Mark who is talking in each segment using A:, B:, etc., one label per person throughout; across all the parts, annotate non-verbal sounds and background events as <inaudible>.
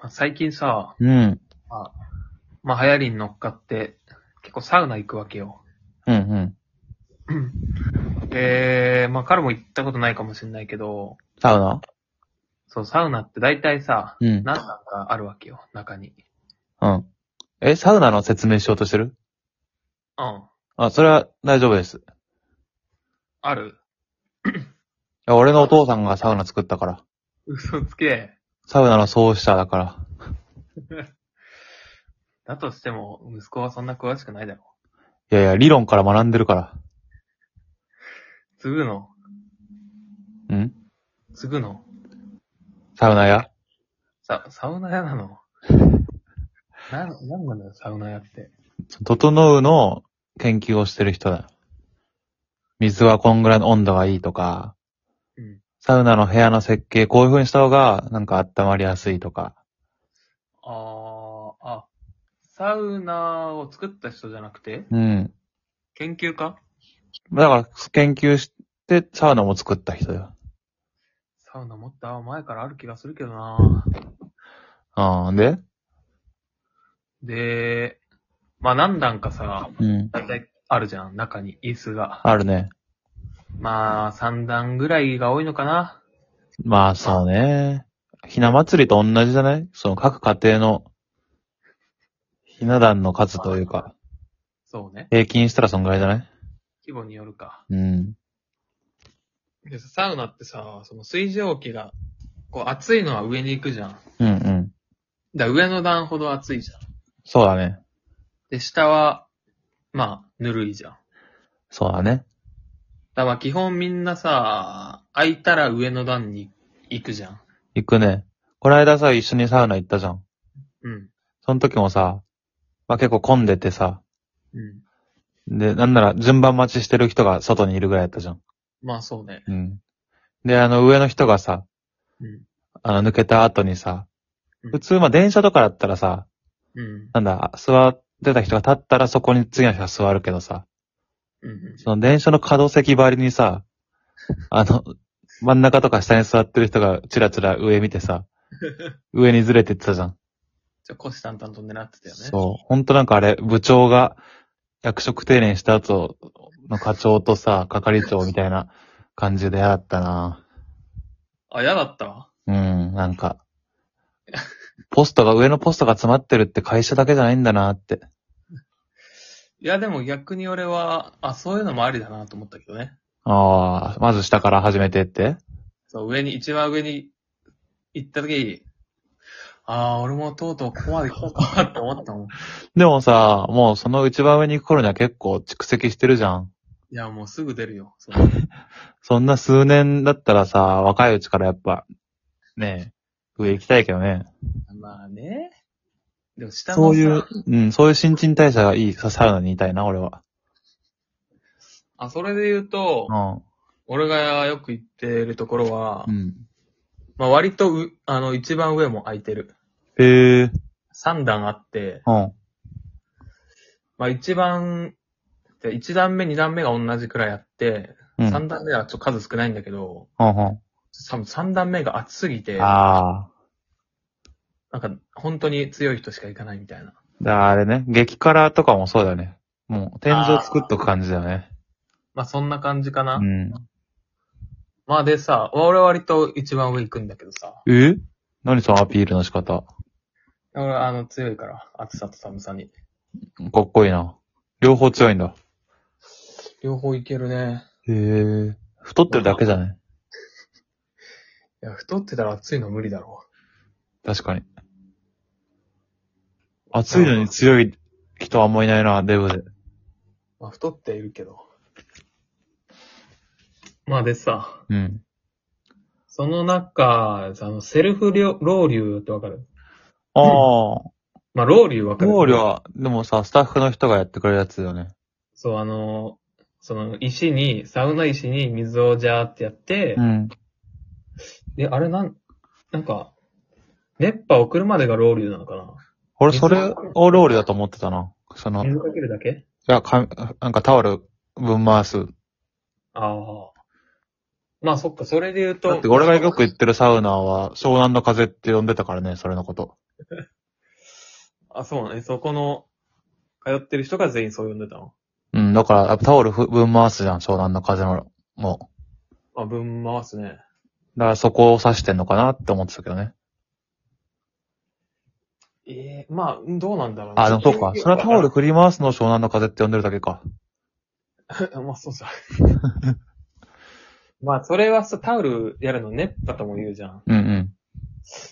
A: まあ、最近さ、
B: うん。
A: まあ、まあ、流行りに乗っかって、結構サウナ行くわけよ。
B: うんうん。
A: で、まあ、彼も行ったことないかもしれないけど、
B: サウナ
A: そう、サウナって大体さ、
B: うん。
A: 何段かあるわけよ、中に。
B: うん。え、サウナの説明しようとしてる
A: うん。
B: あ、それは大丈夫です。い
A: ある
B: や俺のお父さんがサウナ作ったから。
A: 嘘つけ。
B: サウナの創始者だから。
A: だとしても、息子はそんな詳しくないだろ。
B: いやいや、理論から学んでるか
A: 継ぐの
B: ら。ん
A: 継ぐの
B: サウナ屋
A: さ、サウナ屋なの <laughs> な、なんなんだよ、サウナ屋って。
B: 整うの研究をしてる人だよ。水はこんぐらいの温度がいいとか、
A: うん。
B: サウナの部屋の設計こういう風にした方がなんか温まりやすいとか。
A: あー、あ、サウナを作った人じゃなくて
B: うん。
A: 研究家
B: だから研究してサウナも作った人だよ。
A: サウナもっと前からある気がするけどな
B: あーで
A: で、まあ何段かさ、
B: うん。
A: だいたいあるじゃん、中に椅子が。
B: あるね。
A: まあ3段ぐらいが多いのかな。
B: まあそうね。ひな祭りと同じじゃないその各家庭のひな壇の数というか、
A: そうね。
B: 平均したらそんぐらいじゃない
A: 規模によるか。
B: うん。
A: でさ、サウナってさ、その水蒸気が、こう熱いのは上に行くじゃん。だか
B: うんうん。
A: ら上の段ほど熱いじゃん。
B: そうだね。
A: で、下は、まあ、ぬるいじゃん。
B: そうだね。
A: だから基本みんなさ、空いたら上の段に行くじゃん。
B: 行くね。こないださ、一緒にサウナ行ったじゃん。
A: うん。
B: その時もさ、まあ結構混んでてさ、
A: うん。
B: で、なんなら順番待ちしてる人が外にいるぐらいだったじゃん。
A: まあそうね。
B: うん。で、あの上の人がさ、
A: うん。
B: あの抜けた後にさ
A: うん、
B: 普通まあ電車とかだったらさ、
A: うん。
B: なんだ、座ってた人が立ったらそこに次の人が座るけどさ、
A: うんうん。
B: その電車の可動席張りにさ、あの、真ん中とか下に座ってる人がチラチラ上見
A: <laughs>
B: てさ、上にずれてってたじゃん。
A: じゃあ、腰淡々と狙ってたよね。
B: そう。ほんとなんかあれ、部長が役職定年した後の課長とさ、係長みたいな感じで嫌だったな
A: あ、嫌だった
B: うん、なんか。ポストが、上のポストが詰まってるって会社だけじゃないんだなって。
A: いや、でも逆に俺は、あ、そういうのもありだなと思ったけどね。
B: ああ、まず下から始めてって
A: そう、上に、一番上に行った時、ああ、俺もとうとうここまで来たかって思ったもん。い
B: でもさ、もうその一番上に行く頃には結構蓄積してるじゃん。
A: や、もうすぐ出るよ。そう <laughs>
B: そんな数年だったらさ、若いうちからやっぱ、ねえ、上行きたいけどね。
A: まあね。でも下
B: そ
A: も
B: う
A: さ
B: いう、うん、そういう新陳代謝がいいさサウナにいたいな、俺は。
A: あ、それで言うと、
B: う
A: 俺がよく行ってるところは、
B: ん。うん。
A: まあ割とう、あの、一番上も空いてる。
B: へえ、
A: 3段あって、
B: うん。
A: まあ一番、で一段目、二段目が同じくらいあって、
B: うん。
A: 三段目はちょっと数少ないんだけど、
B: うんうん。
A: 多分三段目が暑すぎて、なん
B: ああ。
A: か本当に強い人しか行かないみたいな。
B: だあれね、激辛とかもそうだよね。もう、天井作っとく感じだよね。
A: まあそんな感じかな。
B: うん。
A: まあでさ、俺は割と一番上行くんだけどさ、
B: え何そのアピールの仕方。
A: 俺はあの強いから、暑さと寒さに。
B: かっこいいな。両方強いんだ。
A: 両方いけるね。
B: へえ。太ってるだけじゃない
A: いや、太ってたら暑いの無理だろ
B: 確かに。暑いのに強い人はあんまいないな、デブで。
A: う。まあ太っているけど。まあでさ、
B: うん。
A: その中、あの、セルフロロウリュってわかる
B: ああ、
A: まあ、ロウリュわかる。
B: 毛量は、でもさ、スタッフの人がやってくれるやつだよね。
A: そう、あの、その、石に、サウナ石に水をジャーってやって、
B: うん。
A: で、あれなん、なんか、熱波送るまでがロウリュなのか
B: 俺、それをロールだと思ってたな。そ
A: な
B: の、い
A: 水かけるだけ
B: や、か、なんかタオルぶん回す。
A: ああ。まあ、そっか、それで言うと。
B: だって俺がよく言ってるサウナは、湘南の風って呼んでたからね、それのこと。
A: あ、そうなの、ね、そこの、通ってる人が全員そう呼んでたの。
B: うん、だから、やっぱタオルふぶん回すじゃん、湘南の風の、も
A: あ、分回すね。
B: う。だからそこを指してんのかなって思ってたけどね。
A: ええまあ、どうなんだろう
B: あ、でもそうか。それはタオル。振り回すのを湘南の風って呼んでるだけか。
A: <laughs> まあ、そうそう。 <laughs> まあ、それはさ、タオルやるのね、だとも言うじゃん。
B: うん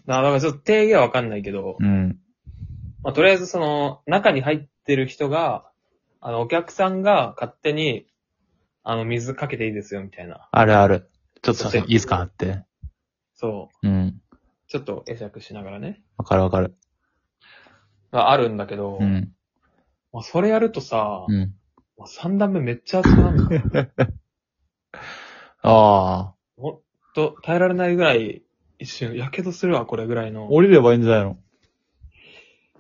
A: なあ、だからちょっと定義はわかんないけど、
B: うん。うん。
A: まあ、とりあえずその、中に入ってる人が、あの、お客さんが勝手に、あの、水かけていいですよ、みたいな。
B: あるある。ちょっと写真いいですかって。
A: そ
B: うん。
A: う。ちょっと会釈しながらね。
B: わかるわかる。
A: があるんだけど、
B: うん。
A: まあ、それやるとさ、
B: うん。
A: まあ、3段目めっちゃ熱くなる
B: <laughs>
A: の。
B: ああ。
A: ほんと、耐えられないぐらい、一瞬、やけどするわ、これぐらいの。
B: 降りればいいんじゃないの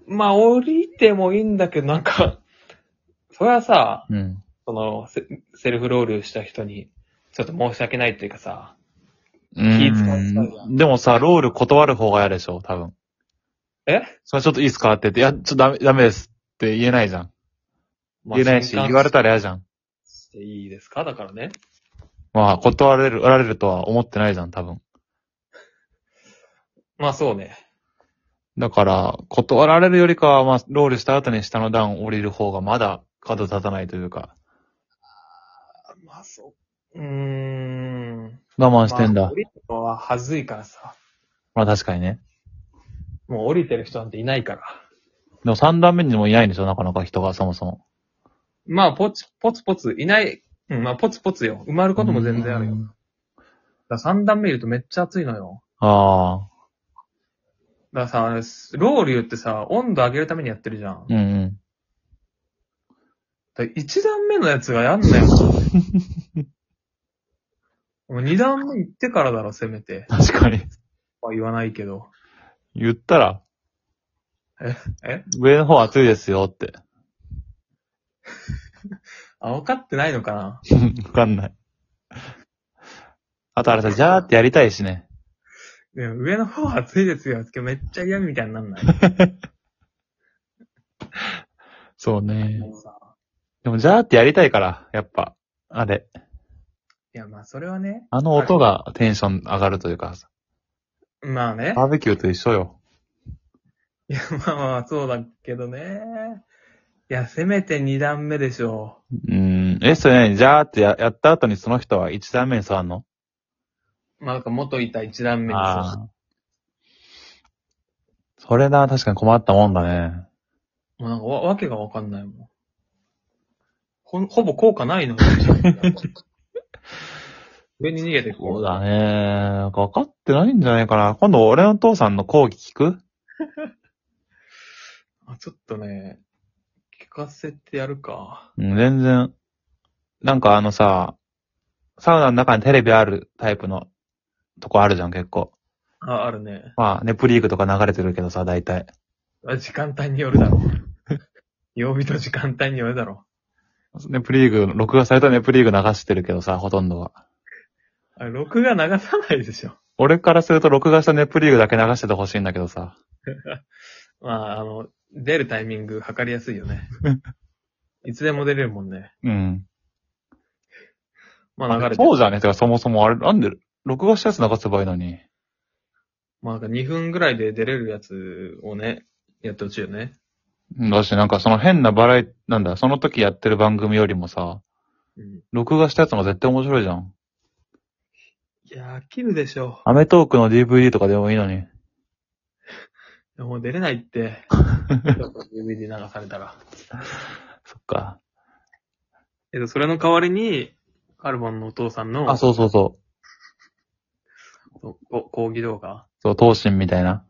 A: まあ、降りてもいいんだけど、なんか、それはさ、
B: うん。
A: そのセ、セルフロールした人に、ちょっと申し訳ないっていうかさ、
B: う
A: 気使う人は
B: ん。でもさ、ロール断る方が嫌でしょ、多分。
A: え
B: それちょっといいっすかって言って、いや、ちょっとダメ、ダメですって言えないじゃん。
A: まあ
B: 言えないし、言われたら嫌じゃん。
A: していいですかだからね。
B: まあ、断られる、られるとは思ってないじゃん、多分。
A: まあそうね。
B: だから、断られるよりかは、まあ、ロールした後に下の段降りる方がまだ角立たないというか、
A: まあそう。うーん。
B: 我慢してんだ
A: まあ、降。りるのは恥ずいからさ。
B: まあ、確かにね。
A: もう降りてる人なんていないから。
B: でも3段目にもいないんでしょ、なかなか人がそもそも。
A: まあ、ポツ、ポツポツ、いない、うん、まあ、ポツポツよ。埋まることも全然あるよ。
B: う
A: だ
B: ん
A: から三段目いるとめっちゃ暑いのよ。
B: あ
A: だからさ、ロウリュってさ、温度上げるためにやってるじゃん。
B: あ、うんうん。
A: だから一段目のやつがやんなよ。
B: <laughs>
A: もう二段目行ってからだろ、せめて。
B: 確かに。
A: は言わないけど。
B: 言ったら、
A: え
B: 上の方暑いですよって。 <laughs>
A: あ、分かってないのかな
B: わかんない。あとあれさ、じゃーってやりたいしね。
A: でも上の方は暑いですよ。めっちゃ嫌みたいになんない。
B: そうね。
A: もうさ
B: でも、じゃーってやりたいから、やっぱ、あれ。
A: いや、まあ、それはね。
B: あの音がテンション上がるというか、
A: まあね。
B: バーベキューと一緒よ。
A: いや、 <laughs> まあまあ、そうだけどね。いや、せめて二段目でしょ
B: うん。え、それ何じゃーってややった後にその人は一段目に座んの
A: う。まあ、なんか元いた一段目にさ。
B: あー。それな、確かに困ったもんだね。
A: もうなんかわ、わけがわかんないもん。ほ、ほぼ効果ない
B: <laughs>
A: のよ上に逃げてこ
B: そうだね。なんか分かってないんじゃないかな。今度俺のお父さんの講義聞く
A: あ、ちょっとね、聞かせてやるか。
B: うん、全然。なんかあのさ、サウナの中にテレビあるタイプのとこあるじゃん、結構。
A: あ、あるね。
B: まあ、ネプリーグとか流れてるけどさ、大体。
A: あ時間帯による
B: <laughs>
A: だろう。曜日と時間帯によるだろう。
B: ネプリーグ、録画されたネプリーグ流してるけどさ、ほとんどは。
A: あれ、録画流さないでしょ。
B: 俺からすると録画したネプリーグだけ流しててほしいんだけどさ。
A: まあ、あの、出るタイミング測りやすいよ
B: <laughs>
A: ね。いつでも出れるもんね。
B: うん。
A: まあ流れて。
B: そうじゃね。てかそもそもあれ、なんで、録画したやつ流せばいいのに。
A: まあなんか2分ぐらいで出れるやつをね、やってほしいよね。
B: うんだし、なんかその変なバラエ、なんだ、その時やってる番組よりもさ、
A: うん。
B: 録画したやつの方が絶対面白いじゃん。
A: いやー、飽きるでしょ
B: アメトークの DVD とかでもいいのに。
A: う。いやもう出れない
B: <laughs>
A: って。指で流されたら。
B: そっか。
A: えっと、それの代わりに、カルボンのお父さんの、
B: あ、そうそうそう。
A: こ講義動画。
B: そう、東進みたいな。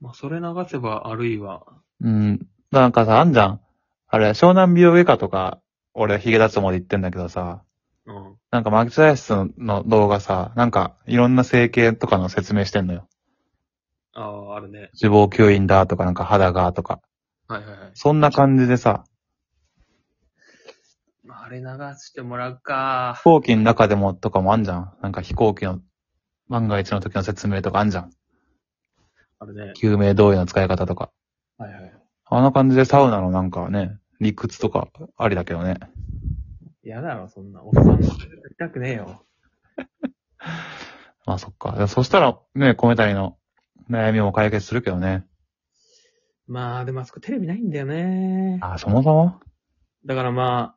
A: まあ、それ流せば、あるいは、
B: うん。なんかさ、あんじゃん。あれ、湘南美容外科とか、俺、ヒゲ脱毛で言ってんだけどさ、
A: うん。
B: なんか、牧林の動画さ、なんか、いろんな整形とかの説明してんのよ。
A: ああ、あるね。
B: 脂肪吸引だとか、なんか肌がとか。
A: はいはいはい。
B: そんな感じでさ、
A: まあ、あれ流してもらうか
B: 飛。行機の中でもとかもあんじゃん。なんか飛行機の、万が一の時の説明とかあんじゃん。
A: あるね。
B: 救命胴衣の使い方とか。
A: はいはい。
B: あんな感じでサウナのなんかね、理屈とかありだけどね。
A: 嫌だろ、そんな。おっさんの行きたくねえよ。
B: まあそっか。そしたらね、米谷の悩みも解決するけどね。
A: まあ、でもあそこテレビないんだよね。
B: あ、そもそも
A: だからま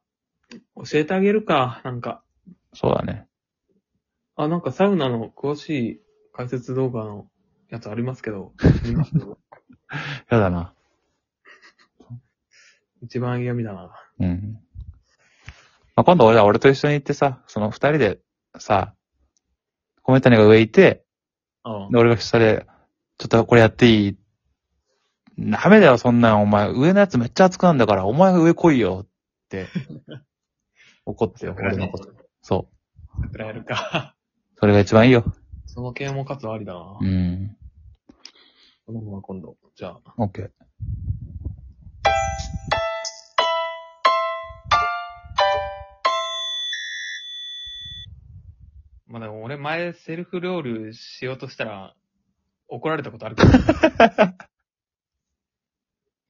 A: あ、教えてあげるか、なんか。
B: そうだね。
A: あ、なんかサウナの詳しい解説動画のやつありますけ <laughs> ど、見ます
B: やだな。
A: 一番嫌味だな。
B: うん。まあ今度俺ら俺と一緒に行ってさ、その二人でさ、米谷が上行って、
A: うん
B: で、。俺が下で、ちょっとこれやっていいダメだよ、そんなん。お前、上のやつめっちゃ熱くなんだから、お前が上来いよ <laughs> って、怒ってよ、俺のこと。そ
A: 桜やるか。
B: う。それが一番いいよ。
A: <laughs> その系も活ありだな
B: う。ん。
A: このまま今度。じゃあ。
B: オッケー。
A: まあでも俺前セルフ料理しようとしたら怒られたことあるけど。